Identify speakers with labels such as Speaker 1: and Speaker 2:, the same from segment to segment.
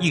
Speaker 1: 一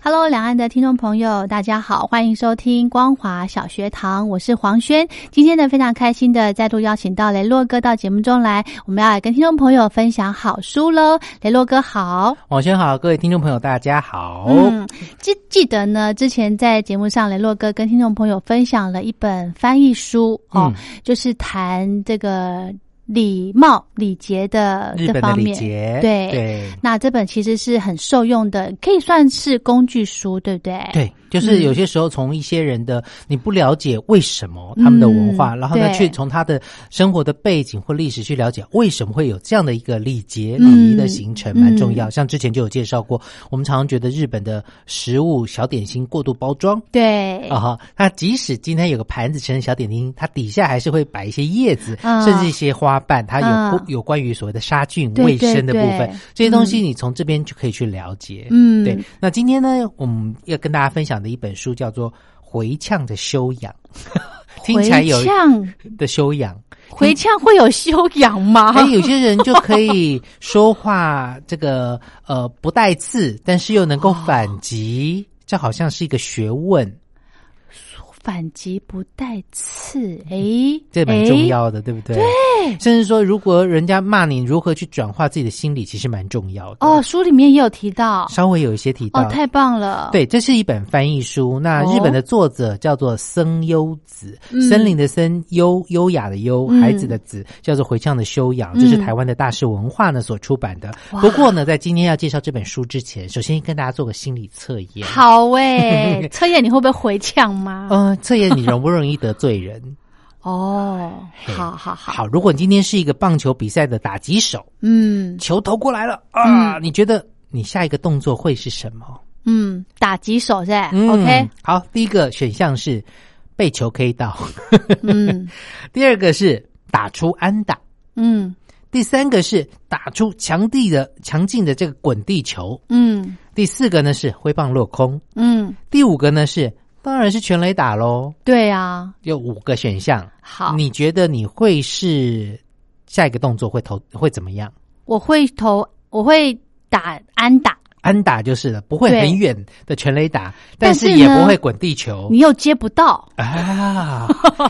Speaker 2: Hello，两岸的听众朋友，大家好，欢迎收听光华小学堂，我是黄轩。今天呢，非常开心的再度邀请到雷洛哥到节目中来，我们要来跟听众朋友分享好书喽。雷洛哥好，
Speaker 3: 网轩哦好，各位听众朋友大家好。
Speaker 2: 嗯，记记得呢，之前在节目上，雷洛哥跟听众朋友分享了一本翻译书哦，
Speaker 3: 嗯
Speaker 2: 就是谈这个礼貌、礼节的
Speaker 3: 日
Speaker 2: 这
Speaker 3: 本的
Speaker 2: 方
Speaker 3: 礼
Speaker 2: 面。
Speaker 3: 节，
Speaker 2: 对嗯
Speaker 3: 对
Speaker 2: 那这本其实是很受用的，可以算是工具书，对不对？
Speaker 3: 对，
Speaker 2: 嗯
Speaker 3: 就是有些时候从一些人的你不了解为什么他们的文化，
Speaker 2: 嗯
Speaker 3: 然后呢
Speaker 2: 对
Speaker 3: 去从他的生活的背景或历史去了解为什么会有这样的一个礼节
Speaker 2: 嗯
Speaker 3: 礼仪的形成，蛮重要。
Speaker 2: 嗯
Speaker 3: 像之前就有介绍过，我们常常觉得日本的食物小点心过度包装。
Speaker 2: 对
Speaker 3: 啊哈！那即使今天有个盘子盛小点心，它底下还是会摆一些叶子，
Speaker 2: 嗯
Speaker 3: 甚至一些花瓣，它有、
Speaker 2: 嗯
Speaker 3: 有关于所谓的杀菌
Speaker 2: 对
Speaker 3: 卫生的部分，
Speaker 2: 对对
Speaker 3: 这些东西你从这边就可以去了解。
Speaker 2: 嗯
Speaker 3: 对。那今天呢，我们要跟大家分享的一本书叫做《回呛的修养》， 听起来有
Speaker 2: 回呛，
Speaker 3: 的修养。
Speaker 2: 回呛会有修养吗？
Speaker 3: 还有些人就可以说话，这个呃不带刺，但是又能
Speaker 2: 哦
Speaker 3: 够反击，这好像是一个学问，
Speaker 2: 反击不带刺，诶，
Speaker 3: 嗯这蛮
Speaker 2: 诶
Speaker 3: 重。要的，对不对？对，甚至说，如果人家骂你，如何去转化自己的心理，其实蛮重要的。
Speaker 2: 哦，，书里面也有提到，
Speaker 3: 稍微有一些提到，
Speaker 2: 哦，太棒了，，
Speaker 3: 对，这是一本翻译书。那
Speaker 2: 哦
Speaker 3: 日本的作者叫做森优子，
Speaker 2: 嗯
Speaker 3: 森林的森，优优雅的优，
Speaker 2: 嗯
Speaker 3: 孩子的子，叫做《回向的修养》，这是台湾的大是文化呢所出版的。
Speaker 2: 哇
Speaker 3: 不过呢，在今天要介绍这本书之前，首先跟大家做个心理测验。，
Speaker 2: 好 诶，测验你会不会回呛吗？
Speaker 3: 呃，测验你容不容易得罪人？
Speaker 2: 哦，
Speaker 3: 嘿
Speaker 2: 好好 好，
Speaker 3: 好，如果你今天是一个棒球比赛的打击手，
Speaker 2: 嗯
Speaker 3: 球投过来了啊，你觉得你下一个动作会是什么？
Speaker 2: 嗯，打几手噻
Speaker 3: 嗯
Speaker 2: ，OK，
Speaker 3: 好，第一个选项是被球 K 到。
Speaker 2: 嗯
Speaker 3: 第二个是打出安打，
Speaker 2: 嗯
Speaker 3: 第三个是打出强地的强劲的这个滚地球，
Speaker 2: 嗯
Speaker 3: 第四个呢是挥棒落空，
Speaker 2: 嗯，
Speaker 3: 第五个呢是当然是全垒打喽。
Speaker 2: 对啊，
Speaker 3: 有五个选项，
Speaker 2: 好，
Speaker 3: 你觉得你会是下一个动作会投会怎么样？
Speaker 2: 我会投，我会打安打，
Speaker 3: 安打就是了，不会
Speaker 2: 对
Speaker 3: 很远的全垒打，
Speaker 2: 但
Speaker 3: 但
Speaker 2: 是
Speaker 3: 是
Speaker 2: 呢
Speaker 3: 也不会滚地球
Speaker 2: 你又接不到，
Speaker 3: 啊。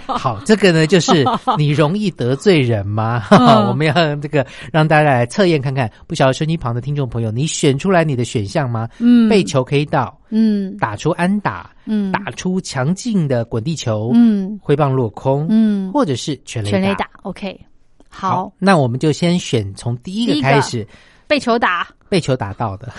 Speaker 3: 好，这个呢就是你容易得罪 人吗？哈哈
Speaker 2: 嗯
Speaker 3: 我们要这个让大家来测验看看，不晓得收音机旁的听众朋友，你选出来你的选项吗？
Speaker 2: 嗯，
Speaker 3: 被球 K 到，
Speaker 2: 嗯
Speaker 3: 打出安打，
Speaker 2: 嗯
Speaker 3: 打出强劲的滚地球，
Speaker 2: 嗯
Speaker 3: 挥棒落空，
Speaker 2: 嗯，
Speaker 3: 或者是全垒
Speaker 2: 全
Speaker 3: 打。
Speaker 2: 垒打，OK，好，
Speaker 3: 那我们就先选从第一
Speaker 2: 第
Speaker 3: 个
Speaker 2: 一
Speaker 3: 开
Speaker 2: 个
Speaker 3: 始，
Speaker 2: 被球打，
Speaker 3: 被球打到 的，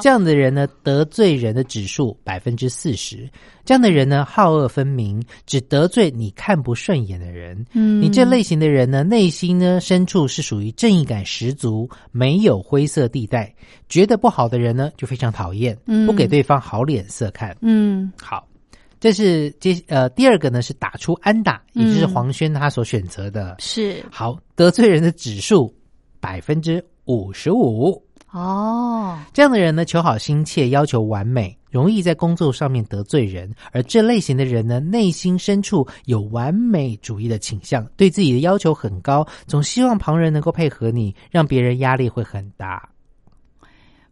Speaker 3: 这样的人呢，得罪人的指数百分之四十。这样的人呢，好恶分明，只得罪你看不顺眼的人。
Speaker 2: 嗯
Speaker 3: 你这类型的人呢，内心呢深处是属于正义感十足，没有灰色地带。觉得不好的人呢，就非常讨厌，
Speaker 2: 嗯
Speaker 3: 不给对方好脸色看。
Speaker 2: 嗯
Speaker 3: 好，这是接呃第二个呢是打出安打，也就是
Speaker 2: 嗯
Speaker 3: 黄轩他所选择的。
Speaker 2: 是
Speaker 3: 好，得罪人的指数百分之五十五。
Speaker 2: 哦，
Speaker 3: 这样的人呢，求好心切，要求完美，容易在工作上面得罪人。而这类型的人呢，内心深处有完美主义的倾向，对自己的要求很高，总希望旁人能够配合你，让别人压力会很大。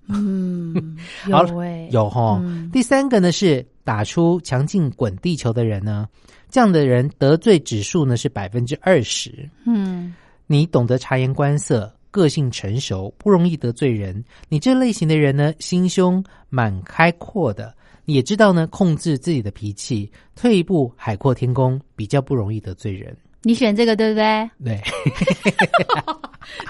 Speaker 2: 嗯，
Speaker 3: 好
Speaker 2: 有哎，
Speaker 3: 有哈、
Speaker 2: 嗯
Speaker 3: 第三个呢是打出强劲滚地球的人呢，这样的人得罪指数呢是百分之二十。
Speaker 2: 嗯
Speaker 3: 你懂得察言观色，个性成熟，不容易得罪人。你这类型的人呢，心胸蛮开阔的，也知道呢控制自己的脾气，退一步海阔天空，比较不容易得罪人。
Speaker 2: 你选这个对不对？
Speaker 3: 对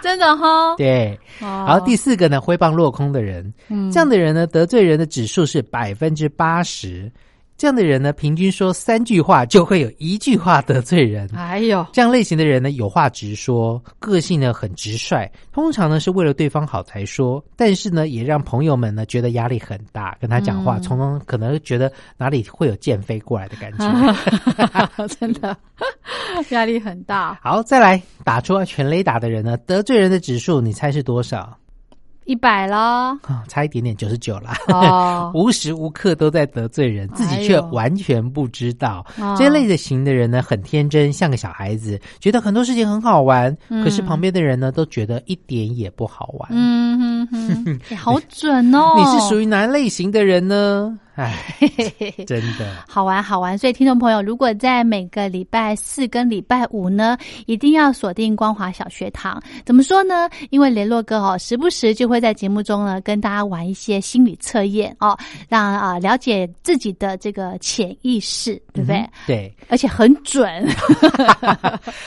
Speaker 2: 真的哈。
Speaker 3: 对，
Speaker 2: 哦
Speaker 3: 然后第四个呢，挥棒落空的人，
Speaker 2: 嗯
Speaker 3: 这样的人呢，得罪人的指数是百分之八十。这样的人呢，平均说三句话就会有一句话得罪人。
Speaker 2: 哎呦，
Speaker 3: 这样类型的人呢，有话直说，个性呢很直率，通常呢是为了对方好才说，但是呢也让朋友们呢觉得压力很大，跟他讲话，
Speaker 2: 嗯
Speaker 3: 从中可能觉得哪里会有箭飞过来的感觉。
Speaker 2: 真的压力很大，
Speaker 3: 好，再来打出全雷打的人呢，得罪人的指数你猜是多少？
Speaker 2: 一百 啦。
Speaker 3: 啊、差一点点九十九啦。，
Speaker 2: 哦
Speaker 3: 无时无刻都在得罪人，自己却
Speaker 2: 哎呦哦
Speaker 3: 完全不知道。这类的型的人呢，很天真，像个小孩子，觉得很多事情很好玩，
Speaker 2: 嗯
Speaker 3: 可是旁边的人呢，都觉得一点也不好玩。
Speaker 2: 嗯哼 哼，哎好准哦！
Speaker 3: 你是属于哪类型的人呢？哎，
Speaker 2: 于
Speaker 3: 真的，
Speaker 2: 好玩好玩，所以听众朋友，如果在每个礼拜四跟礼拜五呢，一定要锁定光华小学堂。怎么说呢？因为雷洛哥哦，时不时就会在节目中呢跟大家玩一些心理测验哦，让啊、了解自己的这个潜意识，对不对？
Speaker 3: 嗯对。
Speaker 2: 而且很准，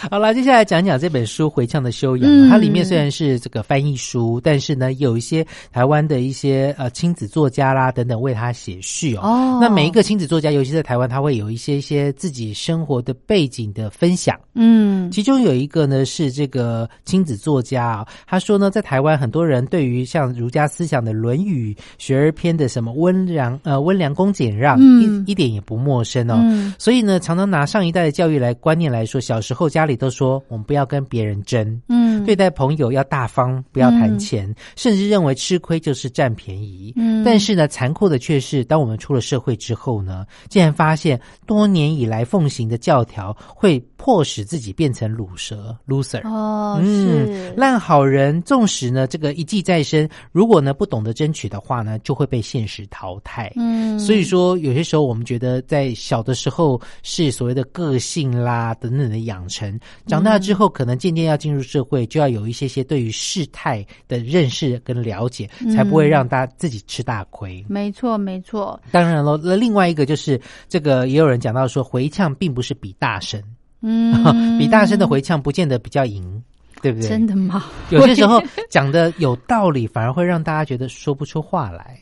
Speaker 3: 好了，接下来讲讲这本书《回呛的修养》啊
Speaker 2: 嗯
Speaker 3: 它里面虽然是这个翻译书，但是呢，有一些台湾的一些呃亲子作家啦等等为他写序哦。
Speaker 2: 哦
Speaker 3: 那每一个亲子作家，尤其在台湾，他会有一些一些自己生活的背景的分享。
Speaker 2: 嗯
Speaker 3: 其中有一个呢是这个亲子作家啊，他说呢，在台湾很多人对于像儒家思想的《论语》《学而篇》的什么温良呃温良恭俭让，
Speaker 2: 嗯
Speaker 3: 一一点也不陌生哦。
Speaker 2: 嗯
Speaker 3: 所以呢，常常拿上一代的教育来观念来说，小时候家里都说我们不要跟别人争，
Speaker 2: 嗯，
Speaker 3: 对待朋友要大方，不要谈钱，甚至认为吃亏就是占便宜。
Speaker 2: 嗯
Speaker 3: 但是呢，残酷的却是，当我们出了社会之后呢，竟然发现多年以来奉行的教条会迫使自己变成卤蛇 （loser）。
Speaker 2: 哦，
Speaker 3: 嗯
Speaker 2: 是，
Speaker 3: 烂好人，纵使呢这个一技在身，如果呢不懂得争取的话呢，就会被现实淘汰。
Speaker 2: 嗯，
Speaker 3: 所以说，有些时候我们觉得在小的时候是所谓的个性啦等等的养成，长大之后可能渐渐要进入社会，就要有一些些对于事态的认识跟了解，
Speaker 2: 嗯
Speaker 3: 才不会让大自己吃大亏。
Speaker 2: 没错没错，
Speaker 3: 当然喽，那另外一个就是这个，也有人讲到说，回呛并不是比大声，，
Speaker 2: 嗯
Speaker 3: 比大声的回呛不见得比较赢，对不对？
Speaker 2: 真的吗？
Speaker 3: 有些时候讲的有道理，反而会让大家觉得说不出话来。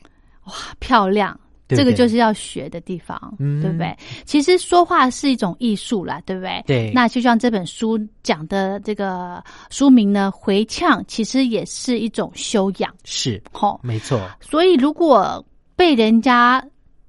Speaker 2: 漂亮。
Speaker 3: 对不
Speaker 2: 这个
Speaker 3: 对
Speaker 2: 就是要学的地方，
Speaker 3: 嗯
Speaker 2: 对不对？其实说话是一种艺术啦，对不对？
Speaker 3: 对
Speaker 2: 那就像这本书讲的这个书名呢，回呛其实也是一种修养，
Speaker 3: 是，
Speaker 2: 吼、
Speaker 3: 没错，
Speaker 2: 所以如果被人家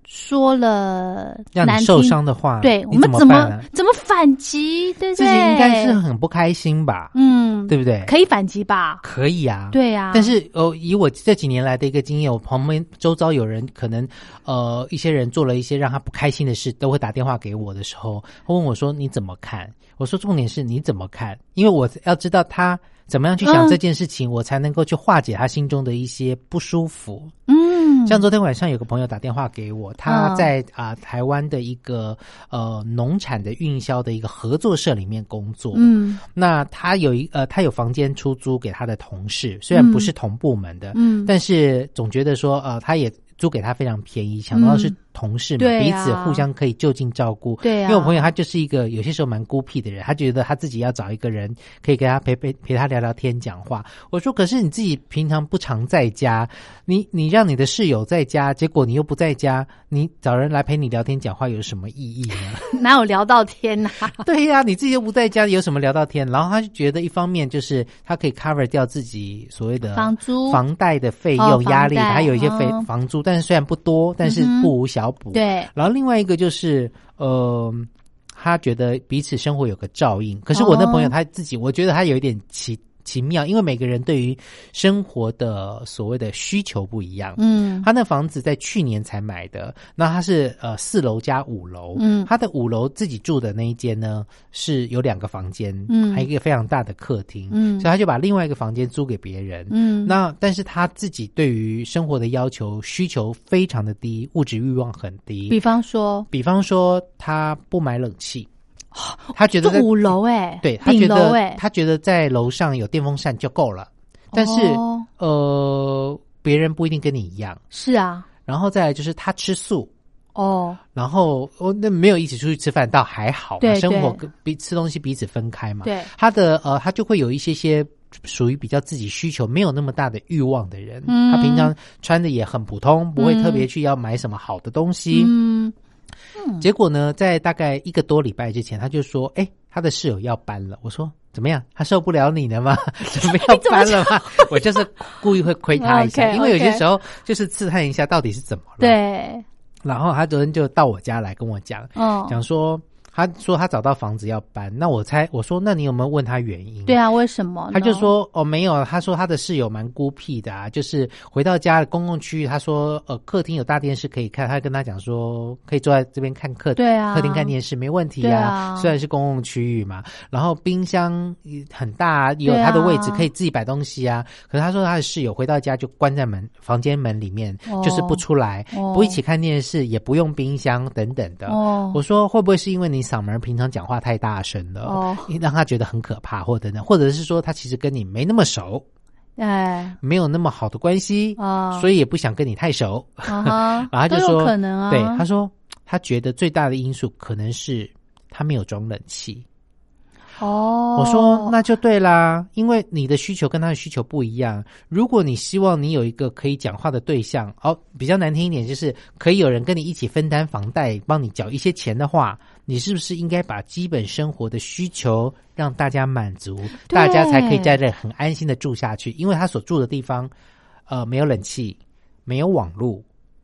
Speaker 2: 说了
Speaker 3: 让
Speaker 2: 难听，
Speaker 3: 你受伤的话，
Speaker 2: 对我
Speaker 3: 你
Speaker 2: 们
Speaker 3: 么
Speaker 2: 怎
Speaker 3: 办呢
Speaker 2: 么怎么反击，对不
Speaker 3: 自
Speaker 2: 对？
Speaker 3: 己应该是很不开心吧，
Speaker 2: 嗯，
Speaker 3: 对不对？
Speaker 2: 可以反击吧？
Speaker 3: 可以啊，。
Speaker 2: 对啊，
Speaker 3: 但是哦，以我这几年来的一个经验，我旁边周遭有人可能，呃，一些人做了一些让他不开心的事，都会打电话给我的时候，他问我说你怎么看？我说重点是你怎么看，因为我要知道他怎么样去
Speaker 2: 嗯
Speaker 3: 想这件事情，我才能够去化解他心中的一些不舒服。
Speaker 2: 嗯，
Speaker 3: 像昨天晚上有个朋友打电话给我，他在啊、台湾的一个呃农产的运销的一个合作社里面工作，
Speaker 2: 嗯
Speaker 3: 那他有一呃他有房间出租给他的同事，虽然不是同部门的，
Speaker 2: 嗯，
Speaker 3: 但是总觉得说呃他也租给他非常便宜，想到是
Speaker 2: 嗯
Speaker 3: 同事嘛，
Speaker 2: 对
Speaker 3: 彼
Speaker 2: 啊
Speaker 3: 此互相可以就近照顾。
Speaker 2: 对啊，
Speaker 3: 因为我朋友他就是一个有些时候蛮孤僻的人，他觉得他自己要找一个人可以跟他陪陪陪他聊聊天、讲话。我说，可是你自己平常不常在家，你你让你的室友在家，结果你又不在家，你找人来陪你聊天讲话有什么意义 呢？
Speaker 2: 哪有聊到天呐、啊
Speaker 3: 对呀、你自己又不在家，有什么聊到天？然后他就觉得一方面就是他可以 cover 掉自己所谓的
Speaker 2: 房租
Speaker 3: 房贷的费
Speaker 2: 哦
Speaker 3: 用
Speaker 2: 房
Speaker 3: 压力，
Speaker 2: 贷
Speaker 3: 还有一些费
Speaker 2: 嗯
Speaker 3: 房租，但是虽然不多，但是
Speaker 2: 嗯哼
Speaker 3: 不无小补。
Speaker 2: 对，
Speaker 3: 然后另外一个就是，呃，他觉得彼此生活有个照应。可是我那朋友
Speaker 2: 哦
Speaker 3: 他自己，我觉得他有一点奇奇妙，因为每个人对于生活的所谓的需求不一样。
Speaker 2: 嗯，
Speaker 3: 他那房子在去年才买的，那他是呃四楼加五楼，
Speaker 2: 嗯
Speaker 3: 他的五楼自己住的那一间呢是有两个房间，
Speaker 2: 嗯
Speaker 3: 还有一个非常大的客厅，
Speaker 2: 嗯
Speaker 3: 所以他就把另外一个房间租给别人，
Speaker 2: 嗯，
Speaker 3: 那但是他自己对于生活的要求需求非常的低，物质欲望很
Speaker 2: 比
Speaker 3: 低。
Speaker 2: 方说，
Speaker 3: 比方说，他不买冷气，他觉
Speaker 2: 哦这
Speaker 3: 得在
Speaker 2: 五楼哎、
Speaker 3: 对他觉
Speaker 2: 顶楼
Speaker 3: 得、
Speaker 2: 哎、
Speaker 3: 他觉得在楼上有电风扇就够了，但是、
Speaker 2: 哦
Speaker 3: 呃，别人不一定跟你一样。
Speaker 2: 是啊，
Speaker 3: 然后再来就是他吃素，
Speaker 2: 哦，
Speaker 3: 然后哦，那没有一起出去吃饭倒还好嘛，
Speaker 2: 对
Speaker 3: 生活
Speaker 2: 对
Speaker 3: 跟彼吃东西彼此分开嘛。
Speaker 2: 对，
Speaker 3: 他的呃，他就会有一些些属于比较自己需求没有那么大的欲望的人，
Speaker 2: 嗯
Speaker 3: 他平常穿的也很普通，不会特别去要买什么好的东西。
Speaker 2: 嗯，
Speaker 3: 结果呢，在大概一个多礼拜之前，他就说：“哎，他的室友要搬了。”我说。怎么样？他受不了你 了吗？准备要搬了吗？ 我就是故意会亏他一 下
Speaker 2: OK，OK
Speaker 3: 因为有些时候就是刺探一下到底是怎么了。。
Speaker 2: 哦对，
Speaker 3: 然后他昨天就到我家来跟我讲，
Speaker 2: 哦，
Speaker 3: 讲说他说他找到房子要搬，那我猜我说那你有没有问他原因？
Speaker 2: 对啊，为什么呢？
Speaker 3: 他就说哦没有，他说他的室友蛮孤僻的啊，就是回到家公共区域，他说呃客厅有大电视可以看，他跟他讲说可以坐在这边看客
Speaker 2: 对啊
Speaker 3: 客厅看电视没问题
Speaker 2: 对
Speaker 3: 啊
Speaker 2: 啊，
Speaker 3: 虽然是公共区域嘛，然后冰箱呃很大啊，也有
Speaker 2: 对啊
Speaker 3: 他的位置可以自己摆东西啊，可是他说他的室友回到家就关在门房间门里面，
Speaker 2: 哦
Speaker 3: 就是不出来，
Speaker 2: 哦
Speaker 3: 不一起看电视，也不用冰箱等等的。
Speaker 2: 哦
Speaker 3: 我说会不会是因为你嗓门平常讲话太大声了，
Speaker 2: 哦
Speaker 3: 让他觉得很可怕，或等等，或者是说他其实跟你没那么熟，
Speaker 2: 哎，
Speaker 3: 没有那么好的关系，
Speaker 2: 哦
Speaker 3: 所以也不想跟你太熟。
Speaker 2: 啊哈
Speaker 3: ，然后他就
Speaker 2: 都有
Speaker 3: 说，
Speaker 2: 可能啊，
Speaker 3: 对，他说他觉得最大的因素可能是他没有装冷气。
Speaker 2: 哦，
Speaker 3: 我说那就对啦，因为你的需求跟他的需求不一样。如果你希望你有一个可以讲话的对象，哦，比较难听一点就是可以有人跟你一起分担房贷，帮你缴一些钱的话，你是不是应该把基本生活的需求让大家满足，
Speaker 2: 对
Speaker 3: 大家才可以在这很安心的住下去？因为他所住的地方，呃，没有冷气，没有网络。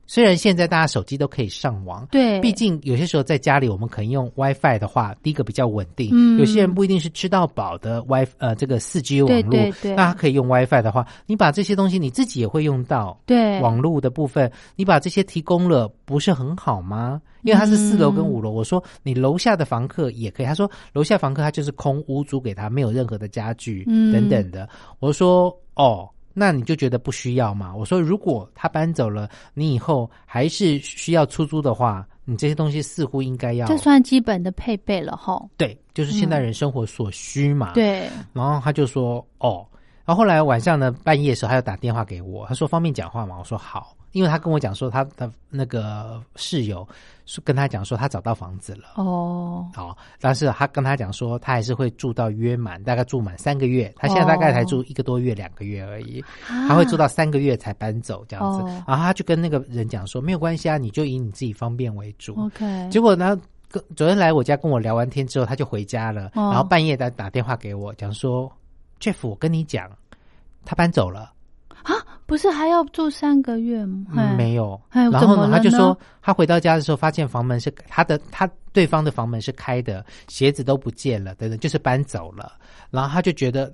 Speaker 3: 虽然现在大家手机都可以上网，
Speaker 2: 对，
Speaker 3: 毕竟有些时候在家里，我们可能用 WiFi 的话，第一个比较稳定。
Speaker 2: 嗯
Speaker 3: 有些人不一定是吃到饱的 Wi 呃这个四 G 网
Speaker 2: 对
Speaker 3: 络，
Speaker 2: 对对
Speaker 3: 那他可以用 WiFi 的话，你把这些东西你自己也会用到。
Speaker 2: 对
Speaker 3: 网络的部分，你把这些提供了，不是很好吗？因为他是四楼跟
Speaker 2: 嗯
Speaker 3: 五楼，我说你楼下的房客也可以，他说楼下房客他就是空屋租给他，没有任何的家具、
Speaker 2: 嗯
Speaker 3: 等等的。我说哦，那你就觉得不需要嘛？我说如果他搬走了，你以后还是需要出租的话，你这些东西似乎应该要
Speaker 2: 这算基本的配备了吼。
Speaker 3: 对，就是现代人生活所需嘛。。
Speaker 2: 对，
Speaker 3: 然后他就说哦，然后后来晚上呢，半夜的时候他又打电话给我，他说方便讲话嘛，我说好，因为他跟我讲说他的那个室友是跟他讲说他找到房子了。
Speaker 2: 哦，
Speaker 3: 好、但是他跟他讲说，他还是会住到约满，大概住满三个月。他现在大概才住一个多月、两个月而已，他会住到三个月才搬走这样子。
Speaker 2: 啊哦
Speaker 3: 然后他就跟那个人讲说，没有关系啊，你就以你自己方便为主。
Speaker 2: 啊 OK，
Speaker 3: 结果呢，跟昨天来我家跟我聊完天之后，他就回家了，
Speaker 2: 哦
Speaker 3: 然后半夜他打电话给我，讲说，Jeff，我跟你讲，他搬走了，
Speaker 2: 不是还要住三个月吗？
Speaker 3: 嗯
Speaker 2: 嘿
Speaker 3: 没有。
Speaker 2: 哎
Speaker 3: 然后
Speaker 2: 怎么了
Speaker 3: 他就
Speaker 2: 呢
Speaker 3: 说，他回到家的时候发现房门是他的，他对方的房门是开的，鞋子都不见了，等等，就是搬走了。然后他就觉得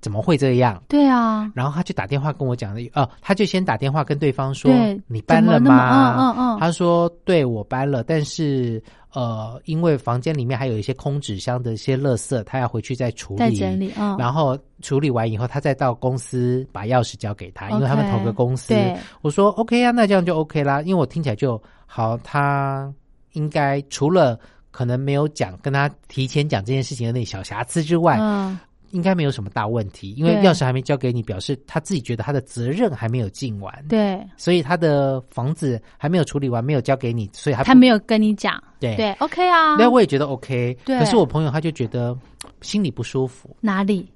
Speaker 3: 怎么会这样？
Speaker 2: 对啊，
Speaker 3: 然后他就打电话跟我讲了，哦、他就先打电话跟对方说
Speaker 2: 对：“
Speaker 3: 你搬了
Speaker 2: 怎么
Speaker 3: 吗？”
Speaker 2: 那么嗯嗯嗯
Speaker 3: 他说：“对我搬了，但是呃，因为房间里面还有一些空纸箱的一些垃圾，他要回去再处理，
Speaker 2: 在整理嗯
Speaker 3: 然后处理完以后，他再到公司把钥匙交给他，因为
Speaker 2: OK，
Speaker 3: 他们同个公司。
Speaker 2: 对
Speaker 3: 我说 OK 啊，那这样就 OK 啦，因为我听起来就好，他应该除了。”可能没有讲跟他提前讲这件事情的那小瑕疵之外，
Speaker 2: 嗯，
Speaker 3: 应该没有什么大问题，因为
Speaker 2: 对
Speaker 3: 钥匙还没交给你，表示他自己觉得他的责任还没有尽完，，
Speaker 2: 对
Speaker 3: 所以他的房子还没有处理完，没有交给你，所以还不
Speaker 2: 他没有跟你讲，
Speaker 3: 对
Speaker 2: 对，OK 啊，
Speaker 3: 那我也觉得 OK，
Speaker 2: 对
Speaker 3: 可是我朋友他就觉得嗯心里不舒服，
Speaker 2: 哪里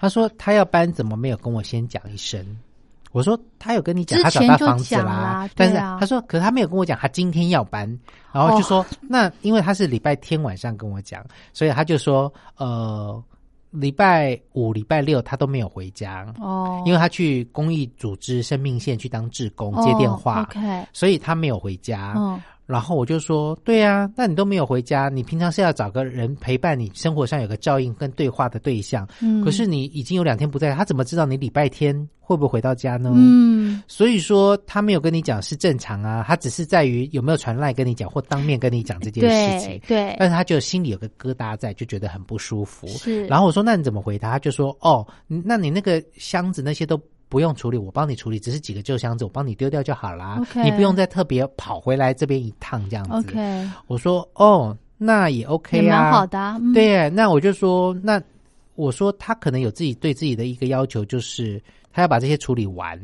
Speaker 3: 他说他要搬怎么没有跟我先讲一声？我说他有跟你讲
Speaker 2: 之
Speaker 3: 他找
Speaker 2: 前
Speaker 3: 到
Speaker 2: 就
Speaker 3: 房子
Speaker 2: 讲
Speaker 3: 啦，
Speaker 2: 啦
Speaker 3: 但是
Speaker 2: 对啊哦
Speaker 3: 他说可是他没有跟我讲他今天要搬，然后就说、那因为他是礼拜天晚上跟我讲，所以他就说呃礼拜五、礼拜六他都没有回家，
Speaker 2: 哦，
Speaker 3: 因
Speaker 2: 为
Speaker 3: 为他去公益组织生命线去当志工接电
Speaker 2: 哦
Speaker 3: 话，啊
Speaker 2: ，OK，
Speaker 3: 所以他没有回家。
Speaker 2: 嗯，
Speaker 3: 然后我就说：“对啊，那你都没有回家，你平常是要找个人陪伴你，生活上有个照应跟对话的对象。
Speaker 2: 嗯
Speaker 3: 可是你已经有两天不在，他怎么知道你礼拜天会不会回到家呢？
Speaker 2: 嗯，
Speaker 3: 所以说他没有跟你讲是正常啊，他只是在于有没有传赖跟你讲或当面跟你讲这件事
Speaker 2: 对
Speaker 3: 情。
Speaker 2: 对，
Speaker 3: 但是他就心里有个疙瘩在，就觉得很不舒服。
Speaker 2: 是，
Speaker 3: 然
Speaker 2: 后
Speaker 3: 后我说：“那你怎么回答？”他就说：“哦，嗯那你那个箱子那些都不用处理，我帮你处理，只是几个旧箱子，我帮你丢掉就好啦
Speaker 2: OK
Speaker 3: 你不用再特别跑回来这边一趟这样子。
Speaker 2: OK，
Speaker 3: 我说：“哦，那也
Speaker 2: 也
Speaker 3: OK 啊，
Speaker 2: 蛮好的啊，嗯，
Speaker 3: 对，那我就说，那我说他可能有自己对自己的一个要求，就是他要把这些处理完。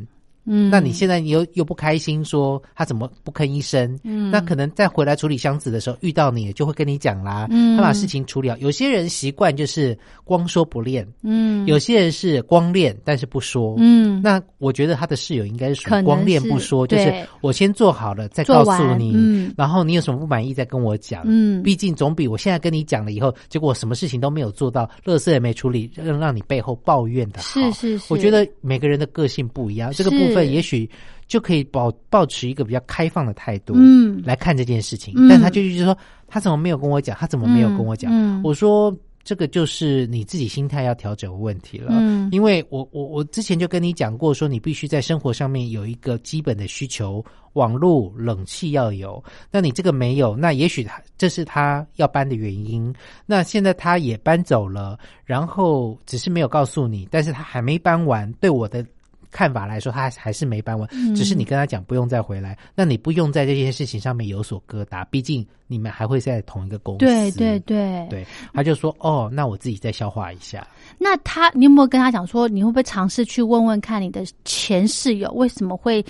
Speaker 2: 嗯，
Speaker 3: 那你现在你又又不开心，说他怎么不吭一声？
Speaker 2: 嗯
Speaker 3: 那可能再回来处理箱子的时候遇到你，就会跟你讲啦。
Speaker 2: 嗯
Speaker 3: 他把事情处理好。有些人习惯就是光说不练，
Speaker 2: 嗯
Speaker 3: 有些人是光练但是不说。
Speaker 2: 嗯，
Speaker 3: 那我觉得他的室友应该是属
Speaker 2: 可能
Speaker 3: 于光练
Speaker 2: 是
Speaker 3: 不说，就
Speaker 2: 对
Speaker 3: 是我先做好了再
Speaker 2: 做
Speaker 3: 告
Speaker 2: 完
Speaker 3: 诉你，
Speaker 2: 嗯
Speaker 3: 然后你有什么不满意再跟我讲。
Speaker 2: 嗯
Speaker 3: 毕竟总比我现在跟你讲了以后，结果我什么事情都没有做到，垃圾也没处理，让让你背后抱怨的好。
Speaker 2: 是是是，
Speaker 3: 我觉得每个人的个性不一样，这个部
Speaker 2: 是
Speaker 3: 分也许就可以保保持一个比较开放的态度，
Speaker 2: 嗯
Speaker 3: 来看这件事情。
Speaker 2: 嗯
Speaker 3: 但他就是说，他怎么没有跟我讲？他怎么没有跟我讲？
Speaker 2: 嗯嗯
Speaker 3: 我说这个就是你自己心态要调整的问题了。
Speaker 2: 嗯
Speaker 3: 因为我我我之前就跟你讲过，说你必须在生活上面有一个基本的需求，网络、冷气要有。那你这个没有，那也许他这是他要搬的原因。那现在他也搬走了，然后只是没有告诉你，但是他还没搬完。对我的看法来说，他还还是没搬完，
Speaker 2: 嗯
Speaker 3: 只是你跟他讲不用再回来，那你不用在这件事情上面有所疙瘩，毕竟你们还会在同一个公司。
Speaker 2: 对对。对。
Speaker 3: 对，他就说哦，那我自己再消化一下。
Speaker 2: 那他，你有没有跟他讲说，你会不会尝试去问问看你的前室友为什么会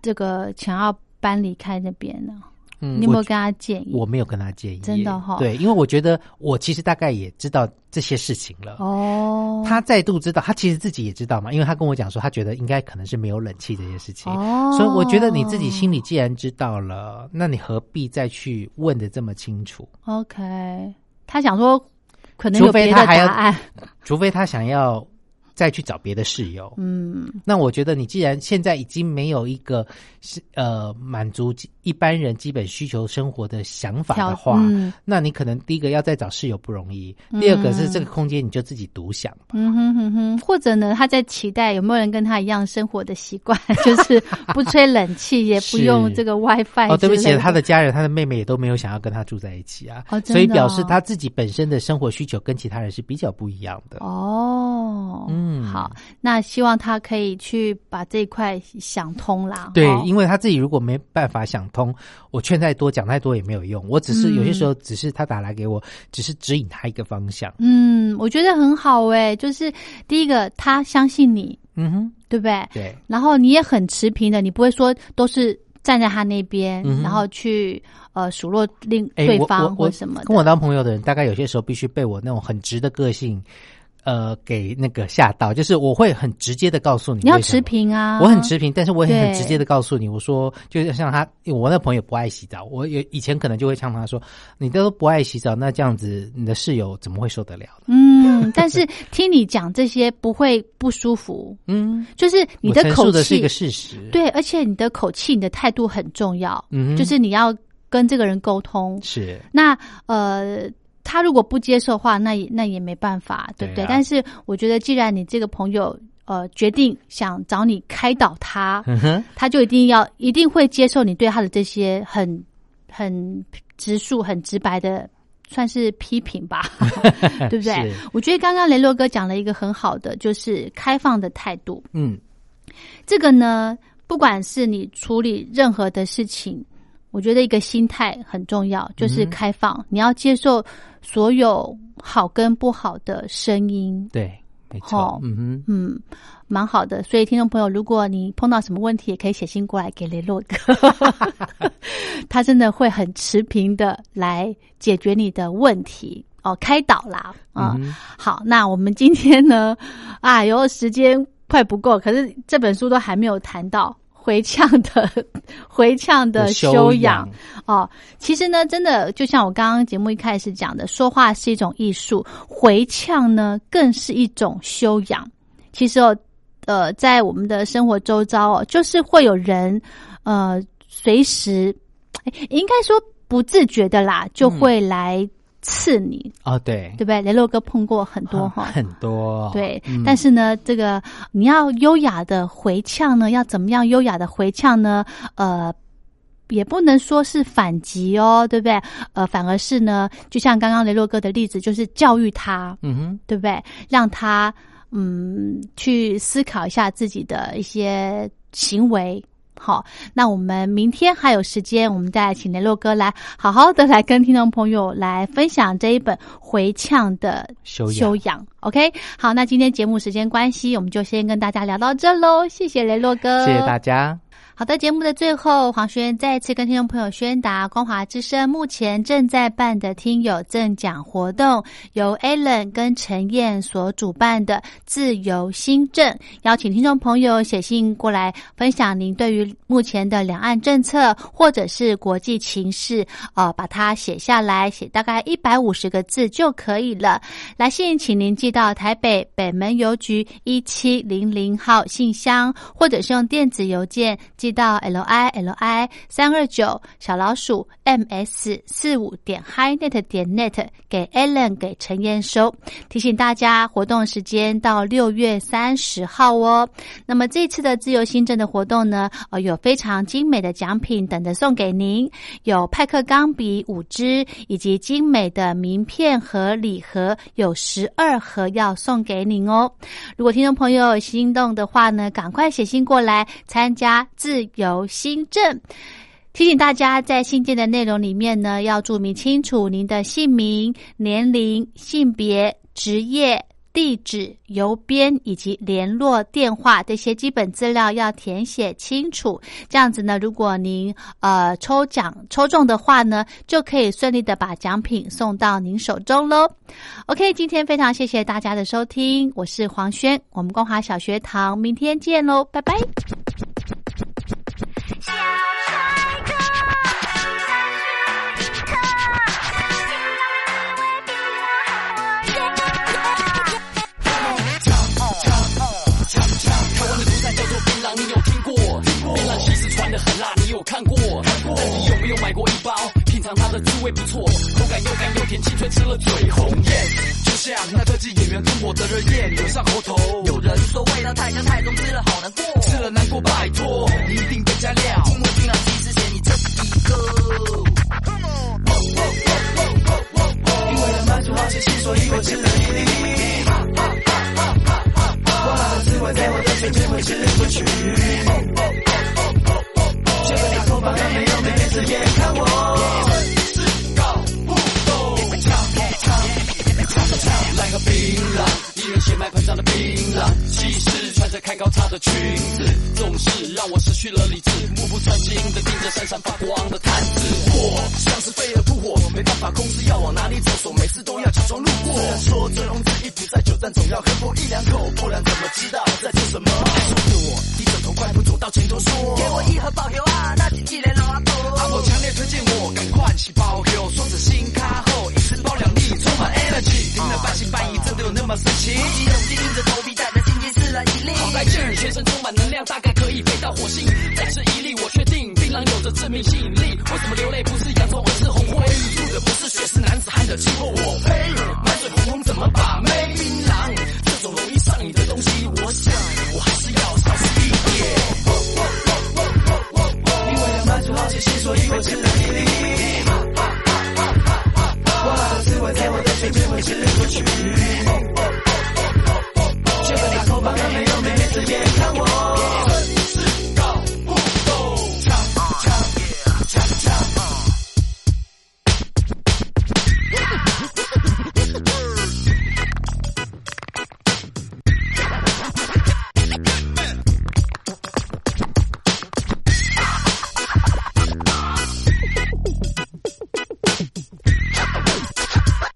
Speaker 2: 这个想要搬离开那边呢？
Speaker 3: 嗯，
Speaker 2: 你有没
Speaker 3: 我
Speaker 2: 有跟他建议？
Speaker 3: 我没有跟他建议，
Speaker 2: 真的哈
Speaker 3: 对，因为我觉得我其实大概也知道这些事情了。
Speaker 2: 哦，
Speaker 3: 他再度知道，他其实自己也知道嘛，因为他跟我讲说，他觉得应该可能是没有冷气这件事情。
Speaker 2: 哦，
Speaker 3: 所以我觉得你自己心里既然知道了，那你何必再去问的这么清楚？
Speaker 2: 哦 OK，他想说可能有
Speaker 3: 除非
Speaker 2: 别的
Speaker 3: 他还要
Speaker 2: 答案，
Speaker 3: 除非他想要再去找别的室友。
Speaker 2: 嗯，
Speaker 3: 那我觉得你既然现在已经没有一个是呃满足一般人基本需求生活的想法的话，
Speaker 2: 嗯
Speaker 3: 那你可能第一个要再找室友不容易，
Speaker 2: 嗯
Speaker 3: 第二个是这个空间你就自己独享吧。
Speaker 2: 嗯哼哼哼，或者呢，他在期待有没有人跟他一样生活的习惯， 就是不吹冷气，也不
Speaker 3: 是
Speaker 2: 用这个 WiFi。
Speaker 3: 哦，对不起，他的家人、他的妹妹也都没有想要跟他住在一起啊，
Speaker 2: 哦真的
Speaker 3: 所以表示
Speaker 2: 哦
Speaker 3: 他自己本身的生活需求跟其他人是比较不一样的。
Speaker 2: 哦，
Speaker 3: 嗯
Speaker 2: 好，那希望他可以去把这一块想通啦。
Speaker 3: 对，
Speaker 2: 哦
Speaker 3: 因为他自己如果没办法想通，我劝再多、讲再多也没有用。我只是
Speaker 2: 嗯
Speaker 3: 有些时候，只是他打来给我，只是指引他一个方向。
Speaker 2: 嗯，我觉得很好诶、就是第一个他相信你，
Speaker 3: 嗯哼，
Speaker 2: 对不对？
Speaker 3: 对，
Speaker 2: 然后你也很持平的，你不会说都是站在他那边，
Speaker 3: 嗯哼
Speaker 2: 然后去呃数落另
Speaker 3: 哎，
Speaker 2: 对
Speaker 3: 我
Speaker 2: 方
Speaker 3: 我
Speaker 2: 或
Speaker 3: 我
Speaker 2: 什么的。
Speaker 3: 跟我当朋友的人，大概有些时候必须被我那种很直的个性，呃，给那个吓到。就是我会很直接的告诉你，
Speaker 2: 你要持。平啊，
Speaker 3: 我很持平，但是我也很
Speaker 2: 对
Speaker 3: 直接的告诉你，我说，就是像他，因为我那朋友不爱洗澡，我也以前可能就会呛他说，你都不爱洗澡，那这样子你的室友怎么会受得了呢？
Speaker 2: 嗯，但 是听你讲这些不会不舒服，
Speaker 3: 嗯，
Speaker 2: 就是你
Speaker 3: 我陈
Speaker 2: 口
Speaker 3: 述
Speaker 2: 气
Speaker 3: 的是一个事实，，
Speaker 2: 对，而且你的口气、你的态度很重要，
Speaker 3: 嗯哼
Speaker 2: 就是你要跟这个人沟通。
Speaker 3: 是，
Speaker 2: 那呃，他如果不接受的话，那也那也没办法，对不对？
Speaker 3: 对啊
Speaker 2: 但是我觉得，既然你这个朋友呃决定想找你开导他，
Speaker 3: 嗯哼，
Speaker 2: 他就一定要一定会接受你对他的这些很很直述、很直白的，算是批评 吧，对不对
Speaker 3: 是？
Speaker 2: 我觉得刚刚雷洛哥讲了一个很好的，就是开放的态度。
Speaker 3: 嗯，
Speaker 2: 这个呢，不管是你处理任何的事情，我觉得一个心态很重要，就是开放，你要接受所有好跟不好的声音。
Speaker 3: 对，没错
Speaker 2: 吼，
Speaker 3: 嗯哼，
Speaker 2: 嗯，蛮好的。所以听众朋友，如果你碰到什么问题，也可以写信过来给雷洛哥， 他真的会很持平的来解决你的问题。哦，开导啦，啊、
Speaker 3: 嗯哼
Speaker 2: 好，那我们今天呢， 啊，有时间快不够，可是这本书都还没有谈到回呛的 回呛的修养，哦，其实呢，真的就像我刚刚节目一开始讲的，说话是一种艺术，回呛呢更是一种修养。其实哦，呃，在我们的生活周遭哦，就是会有人，呃，随时，哎应该说不自觉的啦，就会来刺你，
Speaker 3: 哦，对
Speaker 2: 对，不对？雷洛哥碰过很多哈、
Speaker 3: 很多，
Speaker 2: 对，
Speaker 3: 嗯
Speaker 2: 但是呢，这个你要优雅的回呛呢，要怎么样优雅的回呛呢？呃，也不能说是反击哦，对不对？呃，反而是呢，就像刚刚雷洛哥的例子，就是教育他，
Speaker 3: 嗯哼，
Speaker 2: 对不对？让他嗯去思考一下自己的一些行为。好，那我们明天还有时间，我们再请雷洛哥来好好的来跟听众朋友来分享这一本《回呛的
Speaker 3: 修养
Speaker 2: 修养 OK，好，那今天节目时间关系，我们就先跟大家聊到这喽。谢谢雷洛哥，
Speaker 3: 谢谢大家，
Speaker 2: 好的，节目的最后，黄轩再次跟听众朋友宣达，光华之声目前正在办的听友赠奖活动，由 Allen 跟陈燕所主办的“自由新政”，邀请听众朋友写信过来分享您对于目前的两岸政策或者是国际情势，呃，把它写下来，写大概一百五十个字就可以了。来信请您寄到台北北门邮局一七零零号信箱，或者是用电子邮件寄到 l i l i 三二九小老鼠 m s 四五点 highnet 点 net 给 Allen 给陈燕收。提醒大家，活动时间到六月三十号哦。那么这次的自由新政的活动呢，呃，有非常精美的奖品等着送给您，有派克钢笔五支，以及精美的名片和礼盒，有十二盒要送给您哦。如果听众朋友有心动的话呢，赶快写信过来参加自由新政。提醒大家，在信件的内容里面呢，要注明清楚您的姓名、年龄、性别、职业、地址、邮编以及联络电话这些基本资料要填写清楚。这样子呢，如果您呃抽奖抽中的话呢，就可以顺利的把奖品送到您手中喽。OK，今天非常谢谢大家的收听，我是黄轩，我们光华小学堂明天见喽，拜拜。
Speaker 4: 小帅哥，三十一刻，现在你会比我好，我也要。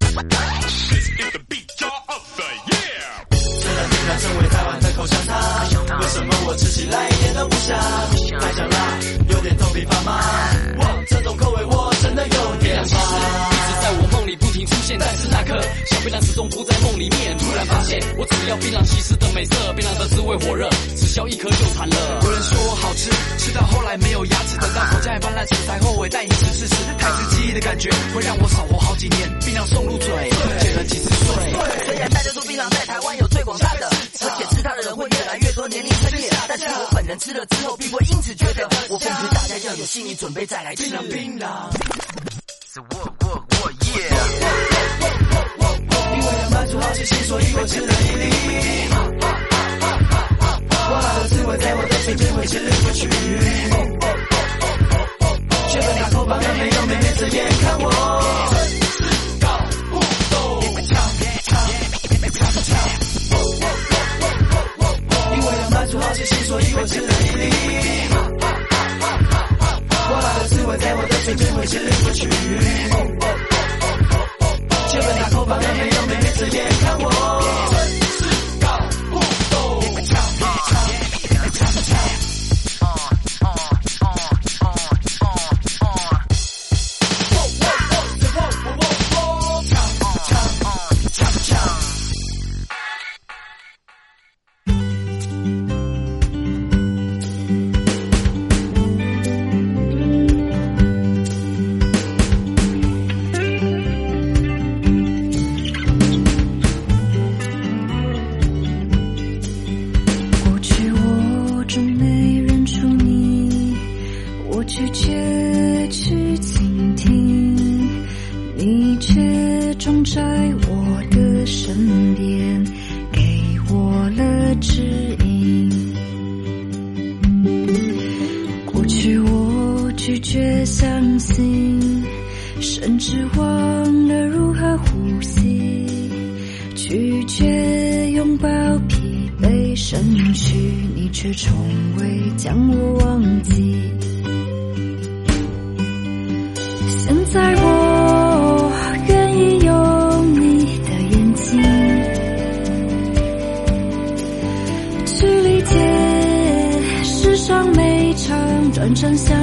Speaker 5: It's the beat, y'all of the year.
Speaker 6: 在我梦里不停出现，但是那刻小槟榔始终不在梦里面。突然发现，我只要槟榔西施的美色，槟榔的滋味火热，只消一颗就馋了。有人说好吃，吃到后来没有牙齿，等到口腔也泛滥时才后悔，但饮食事实，太吃记忆的感觉会让我少活好几年。槟榔送入嘴，减了几十岁。
Speaker 7: 虽然大家说槟榔在台湾有最广大的，而且吃它的人会越来越多，年龄深夜。但是我本人吃了之后，并不会因此觉得。我奉劝大家要有心理准备再来吃槟榔。
Speaker 8: 过去我终没认出你，我拒绝去倾听，你却撞在我的身边，给我了指引。过去我拒绝相信，甚至忘了如何呼吸。拒绝拥抱疲惫身躯，你却从未将我忘记。现在我愿意用你的眼睛去理解世上每场短暂相